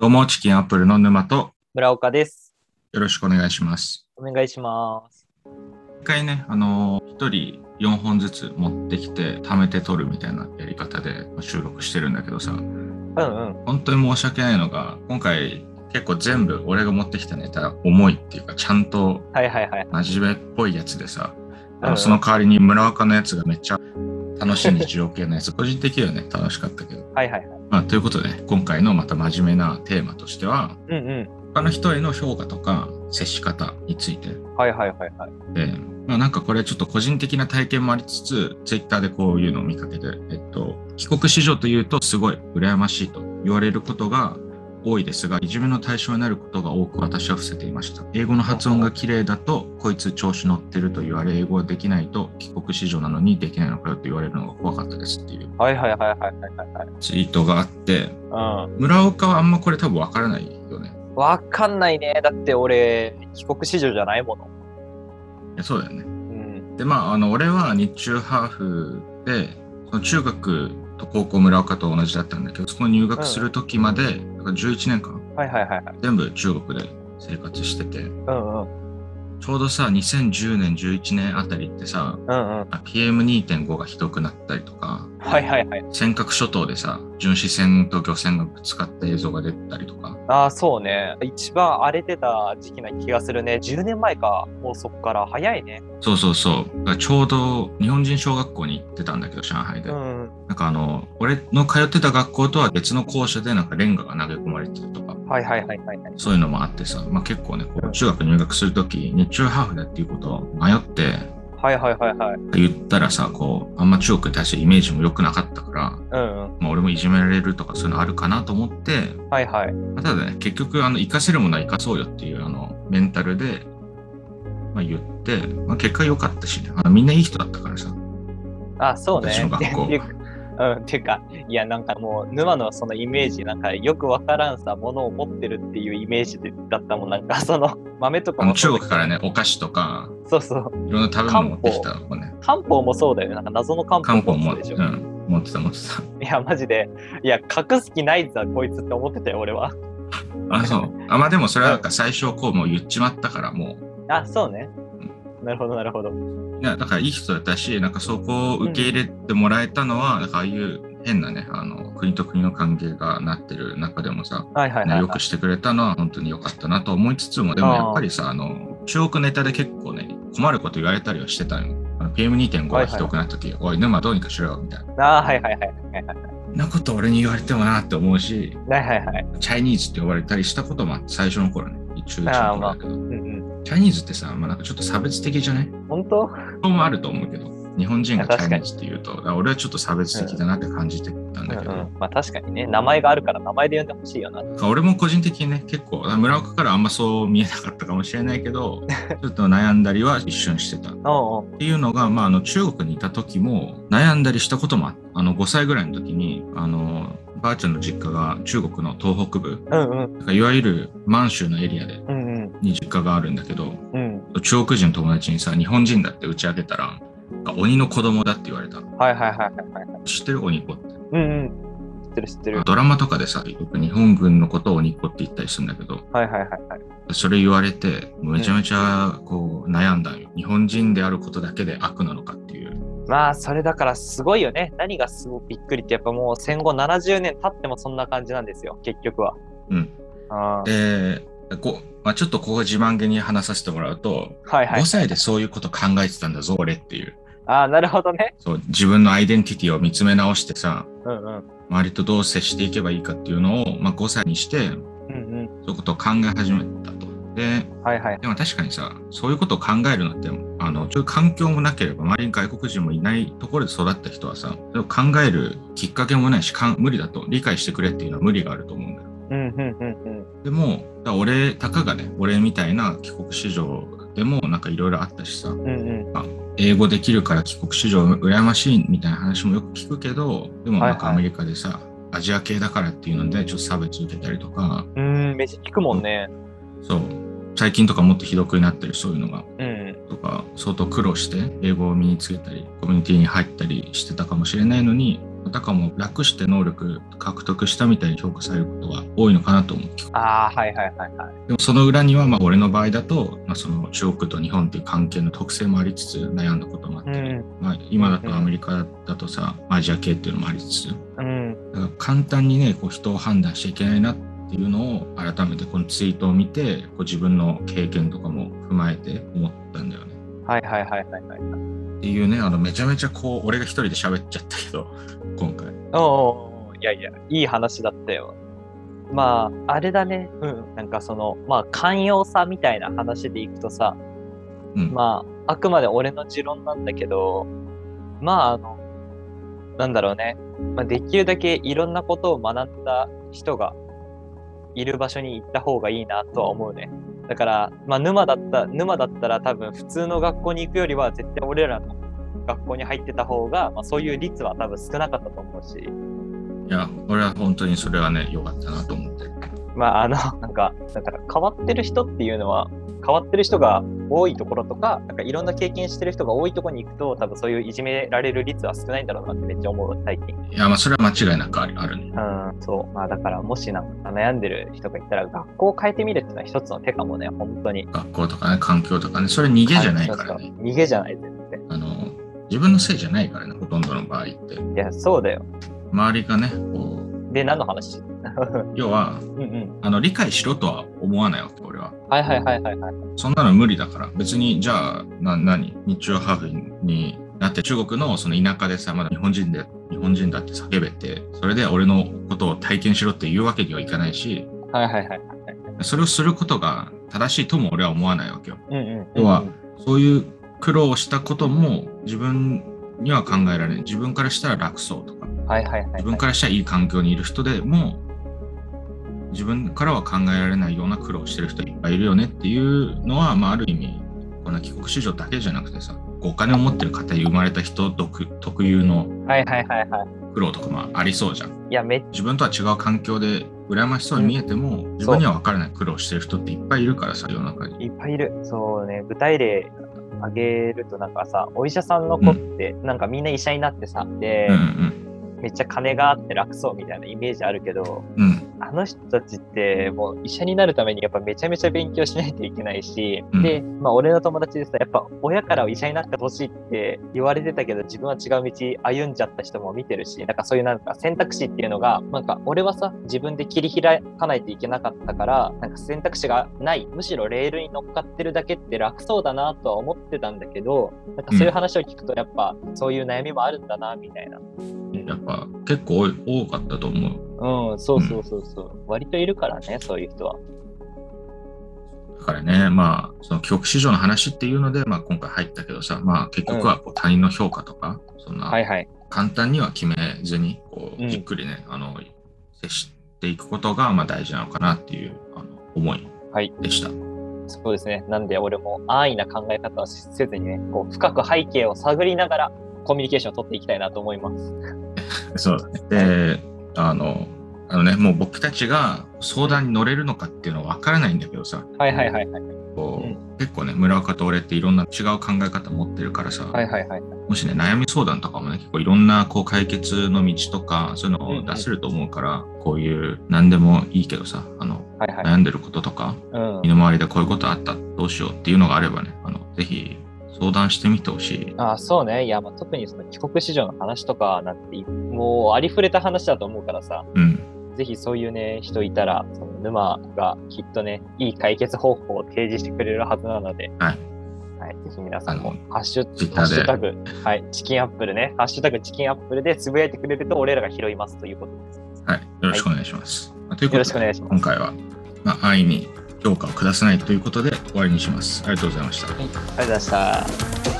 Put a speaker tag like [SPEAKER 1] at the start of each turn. [SPEAKER 1] どうも、チキンアップルの沼と
[SPEAKER 2] 村岡です。
[SPEAKER 1] よろしくお願いします。
[SPEAKER 2] お願いします。
[SPEAKER 1] 一回ね、あのー、一人4本ずつ持ってきて、貯めて撮るみたいなやり方で収録してるんだけどさ、
[SPEAKER 2] うんうん。
[SPEAKER 1] 本当に申し訳ないのが、今回結構全部俺が持ってきたネタ重いっていうか、ちゃんと
[SPEAKER 2] はいはいはい。
[SPEAKER 1] 真面目っぽいやつでさ、あ
[SPEAKER 2] うんう
[SPEAKER 1] の
[SPEAKER 2] ん
[SPEAKER 1] その代わりに村岡のやつがめっちゃ楽しい日常系のやつ、 個人的にはね、楽しかったけど。
[SPEAKER 2] はいはいはい。
[SPEAKER 1] まあ、ということで、今回のまた真面目なテーマとしては、
[SPEAKER 2] うんう
[SPEAKER 1] 他の人への評価とか接し方について
[SPEAKER 2] ん。はいはいはいはい。
[SPEAKER 1] で、まあ、なんかこれちょっと個人的な体験もありつつ、ツイッターでこういうのを見かけて、えっと、帰国子女というとすごい羨ましいと言われることが多いですが、いじめの対象になることが多く私は伏せていました。英語の発音が綺麗だと、こいつ調子乗ってると言われ、英語ができないと帰国子女なのにできないのかよと言われるのが怖かったですっていう
[SPEAKER 2] はいはいはいはいはい
[SPEAKER 1] ツイートがあって、
[SPEAKER 2] はい。う
[SPEAKER 1] 村岡はあんまこれ多分わからないよね。
[SPEAKER 2] ん。わかんないね。だって俺、帰国子女じゃないもの。
[SPEAKER 1] いやそうだよね。
[SPEAKER 2] うん。
[SPEAKER 1] でまああの俺は日中ハーフでその中学と高校村岡と同じだったんだけどそこに入学する時まで、だから11年間
[SPEAKER 2] はいはいはいはい。
[SPEAKER 1] 全部中国で生活してて
[SPEAKER 2] うんうん。
[SPEAKER 1] ちょうどさ2010年11年あたりってさ
[SPEAKER 2] うんうん。
[SPEAKER 1] あ PM2.5 がひどくなったりとか
[SPEAKER 2] はいはいはい。
[SPEAKER 1] 尖閣諸島でさ巡視船と漁船がぶつかった映像が出たりとか
[SPEAKER 2] ああ、そうね。一番荒れてた時期な気がするね。10年前か。もうそこから早いね。
[SPEAKER 1] そうそうそうだからちょうど日本人小学校に行ってたんだけど上海で、
[SPEAKER 2] うん。
[SPEAKER 1] なんかあの俺の通ってた学校とは別の校舎でなんかレンガが投げ込まれてるとか
[SPEAKER 2] はいはいはいはいはい。
[SPEAKER 1] そういうのもあってさ、まあ、結構ね、こう中学入学するとき、日中ハーフだっていうことを迷って
[SPEAKER 2] はいはいはいはい。
[SPEAKER 1] 言ったらさ、こう、あんま中国に対してイメージも良くなかったから、
[SPEAKER 2] うんうん。
[SPEAKER 1] まあ、俺もいじめられるとかそういうのあるかなと思って、
[SPEAKER 2] はいはい。
[SPEAKER 1] まあただね、結局、あの、生かせるものは生かそうよっていう、あの、メンタルで、まあ、言って、まあ、結果良かったしね、あのみんないい人だったからさ、
[SPEAKER 2] あ、そうね。
[SPEAKER 1] 私の学校
[SPEAKER 2] てかうん、てか、いや、なんかもう、沼のそのイメージ、なんかよくわからんさ、ものを持ってるっていうイメージでだったもん、なんか、その、 豆とか
[SPEAKER 1] あの
[SPEAKER 2] もそ
[SPEAKER 1] 中
[SPEAKER 2] うだ
[SPEAKER 1] 国
[SPEAKER 2] けど
[SPEAKER 1] からね、お菓子とか、
[SPEAKER 2] そうそう。
[SPEAKER 1] いろんな食べ物持ってきたもんね、
[SPEAKER 2] 漢方もそうだよね。なんか謎の漢
[SPEAKER 1] 漢方
[SPEAKER 2] 方
[SPEAKER 1] も、
[SPEAKER 2] も
[SPEAKER 1] う
[SPEAKER 2] そうでしょ。
[SPEAKER 1] ん、持ってた持ってた。
[SPEAKER 2] いや、マジで、いや、隠す気ないぞ、こいつって思ってたよ、俺は。
[SPEAKER 1] あ、 そう。あ、まあでもそれはなんか最初こうもう言っちまったから、もう、
[SPEAKER 2] あ、そうね。なるほど、なるほど。
[SPEAKER 1] いやだからいい人だったし、なんかそこを受け入れてもらえたのは、なんかああいう変なね、あの国と国の関係がなってる中でもさ、
[SPEAKER 2] はいはいはい、
[SPEAKER 1] ね、
[SPEAKER 2] はい。
[SPEAKER 1] よくしてくれたのは本当に良かったなと思いつつも、でも
[SPEAKER 2] あー
[SPEAKER 1] やっぱりさ、あの中国ネタで結構ね、困ること言われたりはしてたのよ。あの PM2.5 がひどくなった時、おい、沼どうにかしろよみたいな。
[SPEAKER 2] あーはいはいはいはいはい。
[SPEAKER 1] そんなこと俺に言われてもなって思うし、
[SPEAKER 2] はいはいはい。
[SPEAKER 1] チャイニーズって呼ばれたりしたこともあって最初の頃ね、中1の頃だけど、
[SPEAKER 2] うん
[SPEAKER 1] チャイニーズってさ、まあ、なんかちょっと差別的じゃない
[SPEAKER 2] うん。本当
[SPEAKER 1] そうもあると思うけど、日本人がチ
[SPEAKER 2] 確
[SPEAKER 1] ャイ
[SPEAKER 2] か
[SPEAKER 1] ニー
[SPEAKER 2] に
[SPEAKER 1] ズって言うと、あ俺はちょっと差別的だなって感じてたん
[SPEAKER 2] うん
[SPEAKER 1] だけど、
[SPEAKER 2] うん。まあ確かにね、名前があるから名前で呼んでほしいよな。
[SPEAKER 1] なんか俺も個人的にね、結構、村岡からあんまそう見えなかったかもしれないけ ど、ちょっと悩んだりは一瞬してた。っ
[SPEAKER 2] おうんうん。
[SPEAKER 1] ていうのが、まあ、あの中国にいた時も悩んだりしたこともあったあの5歳ぐらいの時に、あの、ばあちゃんの実家が中国の東北部、
[SPEAKER 2] うんうん。
[SPEAKER 1] なんかいわゆる満州のエリアで、
[SPEAKER 2] うんうん。
[SPEAKER 1] に実家があるんだけど、
[SPEAKER 2] うん。
[SPEAKER 1] 中国人の友達にさ、日本人だって打ち明けたら、なんか鬼の子供だって言われた。
[SPEAKER 2] はいはいはいはいはい。
[SPEAKER 1] 知ってる鬼子って。
[SPEAKER 2] うんうん。知ってる知ってる。
[SPEAKER 1] ドラマとかでさ、よく日本軍のことを鬼っ子って言ったりするんだけど、
[SPEAKER 2] はいはいはいはい。
[SPEAKER 1] それ言われて、めちゃめちゃこう悩んだんよ。日本人であることだけで悪なのかっていう。
[SPEAKER 2] まあそれだからすごいよね。何がすごくびっくりってやっぱもう戦後70年経ってもそんな感じなんですよ、結局は。
[SPEAKER 1] うん。
[SPEAKER 2] あー
[SPEAKER 1] で、こうまあ、ちょっとここ自慢げに話させてもらうと、
[SPEAKER 2] はいはい
[SPEAKER 1] 5。歳でそういうこと考えてたんだぞ、俺っていう。
[SPEAKER 2] ああ、なるほどね。
[SPEAKER 1] そう、自分のアイデンティティを見つめ直してさ、
[SPEAKER 2] うんうん。
[SPEAKER 1] 周りとどう接していけばいいかっていうのを、まあ、5歳にして、そ
[SPEAKER 2] うん
[SPEAKER 1] ういうことを考え始めたと。で、
[SPEAKER 2] うん。はいはい。
[SPEAKER 1] でも確かにさ、そういうことを考えるのって、あの、そういう環境もなければ、周りに外国人もいないところで育った人はさ、それを考えるきっかけもないし、かん無理だと、理解してくれっていうのは無理があると思うんだよ。
[SPEAKER 2] うんうんうん
[SPEAKER 1] でも、だから俺、たかがね、俺みたいな帰国子女でも、なんかいろいろあったしさ、
[SPEAKER 2] うん。うんうん。
[SPEAKER 1] 英語できるから帰国子女羨ましいみたいな話もよく聞くけど、でもなんかア
[SPEAKER 2] はいは
[SPEAKER 1] メリカでさ、アジア系だからっていうので、ちょっと差別受けたりとか、
[SPEAKER 2] うーん、めっちゃ聞くもんね。
[SPEAKER 1] そう、最近とかもっとひどくなってる、そういうのが。
[SPEAKER 2] うん。
[SPEAKER 1] とか相当苦労して英語を身につけたりコミュニティに入ったりしてたかもしれないのにあたかも楽して能力獲得したみたいに評価されることが多いのかなと思う帰
[SPEAKER 2] ああ、はいはいはいはい。
[SPEAKER 1] でもその裏には、まあ、俺の場合だと、まあ、その中国と日本っていう関係の特性もありつつ悩んだこともあって、
[SPEAKER 2] うん。
[SPEAKER 1] まあ、今だとアメリカだとさ、アジア系っていうのもありつつ、だ
[SPEAKER 2] うん。
[SPEAKER 1] から簡単にね、こう人を判断しちゃいけないなっていうのを改めてこのツイートを見て、こう自分の経験とかも踏まえて思ったんだよね。
[SPEAKER 2] はいはいはいはいはい。
[SPEAKER 1] っていうね、あのめちゃめちゃこう、俺が一人で喋っちゃったけど、今回。
[SPEAKER 2] おうおうおういやいや、いい話だったよ。まあ、あれだね。うん。なんかその、まあ、寛容さみたいな話でいくとさ、
[SPEAKER 1] うん
[SPEAKER 2] まあ、あくまで俺の持論なんだけど、まあ、あの、なんだろうね。まあ、できるだけいろんなことを学んだ人がいる場所に行った方がいいなとは思うね。だから、まあ、沼だった、沼だったら多分普通の学校に行くよりは絶対俺らの学校に入ってた方が、まあ、そういう率は多分少なかったと思うし。
[SPEAKER 1] いや、俺は本当にそれはね、良かったなと思ってる。
[SPEAKER 2] まあ、あの、なんか、だから変わってる人っていうのは、変わってる人が多いところとか、なんかいろんな経験してる人が多いところに行くと、多分そういういじめられる率は少ないんだろうなってめっちゃ思う、最近。
[SPEAKER 1] いや、まあ、それは間違いなくあるあるね。
[SPEAKER 2] うん、そう。まあ、だから、もしなんか悩んでる人がいたら、学校を変えてみるっていうのは一つの手かもね、本当に。
[SPEAKER 1] 学校とかね、環境とかね、それ逃げじゃないから
[SPEAKER 2] そうそ
[SPEAKER 1] ね。
[SPEAKER 2] う逃げじゃない、絶対。
[SPEAKER 1] あの、自分のせいじゃないからね、ほとんどの場合って。
[SPEAKER 2] いや、そうだよ。
[SPEAKER 1] 周りがね、こう、
[SPEAKER 2] で、何の話
[SPEAKER 1] 要は、
[SPEAKER 2] うんうん。
[SPEAKER 1] あの、理解しろとは思わないわけ、俺は。
[SPEAKER 2] はいはいはいはいはい。
[SPEAKER 1] そんなの無理だから。別に、じゃあ、な、何日中ハーフになって、中国のその田舎でさ、まだ日本人で、日本人だって叫べて、それで俺のことを体験しろって言うわけにはいかないし、
[SPEAKER 2] はいはいはい。
[SPEAKER 1] それをすることが正しいとも俺は思わないわけよ。
[SPEAKER 2] うんうん。
[SPEAKER 1] 要はそういう苦労をしたことも自分には考えられない。自分からしたら楽そうとか、
[SPEAKER 2] はいはいはいはい。
[SPEAKER 1] 自分からしたらいい環境にいる人でも、自分からは考えられないような苦労をしてる人いっぱいいるよねっていうのは、まあ、ある意味、この帰国子女だけじゃなくてさ、こうお金を持ってる家庭に生まれた人独特有の
[SPEAKER 2] はいはいはいはい。
[SPEAKER 1] 苦労とかもありそうじゃん。
[SPEAKER 2] いや、めっ
[SPEAKER 1] 自分とは違う環境で羨ましそうに見えても、自分には分からない苦労をしてる人っていっぱいいるからさ、世の中に。
[SPEAKER 2] いっぱいいる。そうね、具体例あげるとなんかさ、お医者さんの子って、なんかみんな医者になってさ、で、
[SPEAKER 1] うんうん
[SPEAKER 2] めっちゃ金があって楽そうみたいなイメージあるけど、
[SPEAKER 1] うん
[SPEAKER 2] あの人たちってもう医者になるためにやっぱめちゃめちゃ勉強しないといけないし、
[SPEAKER 1] うん
[SPEAKER 2] で、まあ俺の友達でさ、やっぱ親から医者になってほしいって言われてたけど、自分は違う道歩んじゃった人も見てるし、なんかそういうなんか選択肢っていうのが、なんか俺はさ、自分で切り開かないといけなかったから、なんか選択肢がない、むしろレールに乗っかってるだけって楽そうだなとは思ってたんだけど、なんかそういう話を聞くとやっぱそういう悩みもあるんだな、みたいな。
[SPEAKER 1] やっぱ結構多い多かったと思う。
[SPEAKER 2] うん、そうそうそうそう。割といるからね、そういう人は。
[SPEAKER 1] だからね、まあ、その帰国子女の話っていうので、まあ、今回入ったけどさ、まあ、結局はこう他人の評価とか、そん
[SPEAKER 2] はい
[SPEAKER 1] な
[SPEAKER 2] はい。
[SPEAKER 1] 簡単には決めずに、こ
[SPEAKER 2] う
[SPEAKER 1] うんじっくりね、あの接していくことがまあ大事なのかなっていうあの思い
[SPEAKER 2] はい
[SPEAKER 1] でした。
[SPEAKER 2] そうですね。なんで俺も安易な考え方はせずにね、こう深く背景を探りながらコミュニケーションを取っていきたいなと思います。
[SPEAKER 1] そうだね。で、あの、あのね、もう僕たちが相談に乗れるのかっていうのは分からないんだけどさ、
[SPEAKER 2] はいはいはいはい。
[SPEAKER 1] こう
[SPEAKER 2] う
[SPEAKER 1] 結構ね、村岡と俺っていろんな違う考え方持ってるからさ、
[SPEAKER 2] はいはいはい。
[SPEAKER 1] もしね、悩み相談とかもね、結構いろんなこう解決の道とか、そういうのを出せると思うから、こういう何でもいいけどさ、あの、
[SPEAKER 2] はいはい。
[SPEAKER 1] 悩んでることとか、
[SPEAKER 2] うん
[SPEAKER 1] 身。の回りでこういうことあった、どうしようっていうのがあればね、あの、ぜひ相談してみてほしい。
[SPEAKER 2] ああそうね。いや、まあ、特にその帰国子女の話とかなんて、もうありふれた話だと思うからさ、
[SPEAKER 1] うん。
[SPEAKER 2] ぜひそういうね、人いたら、その沼がきっとね、いい解決方法を提示してくれるはずなので、
[SPEAKER 1] はい。
[SPEAKER 2] はい、ぜひ皆さん
[SPEAKER 1] あ
[SPEAKER 2] も
[SPEAKER 1] の、
[SPEAKER 2] ハッシュ
[SPEAKER 1] Twitter で
[SPEAKER 2] ハッシュタグ、はい、チキンアップルね、ハッシュタグチキンアップルでつぶやいてくれると、俺らが拾いますということです。よ
[SPEAKER 1] はい。よろしくお願いします。まあというこ
[SPEAKER 2] ろ
[SPEAKER 1] と
[SPEAKER 2] し
[SPEAKER 1] で、
[SPEAKER 2] くお願いします。
[SPEAKER 1] 今回は、まあ、安易に評価を下さないということで終わりにします。ありがとうございました。
[SPEAKER 2] ありがとうございました。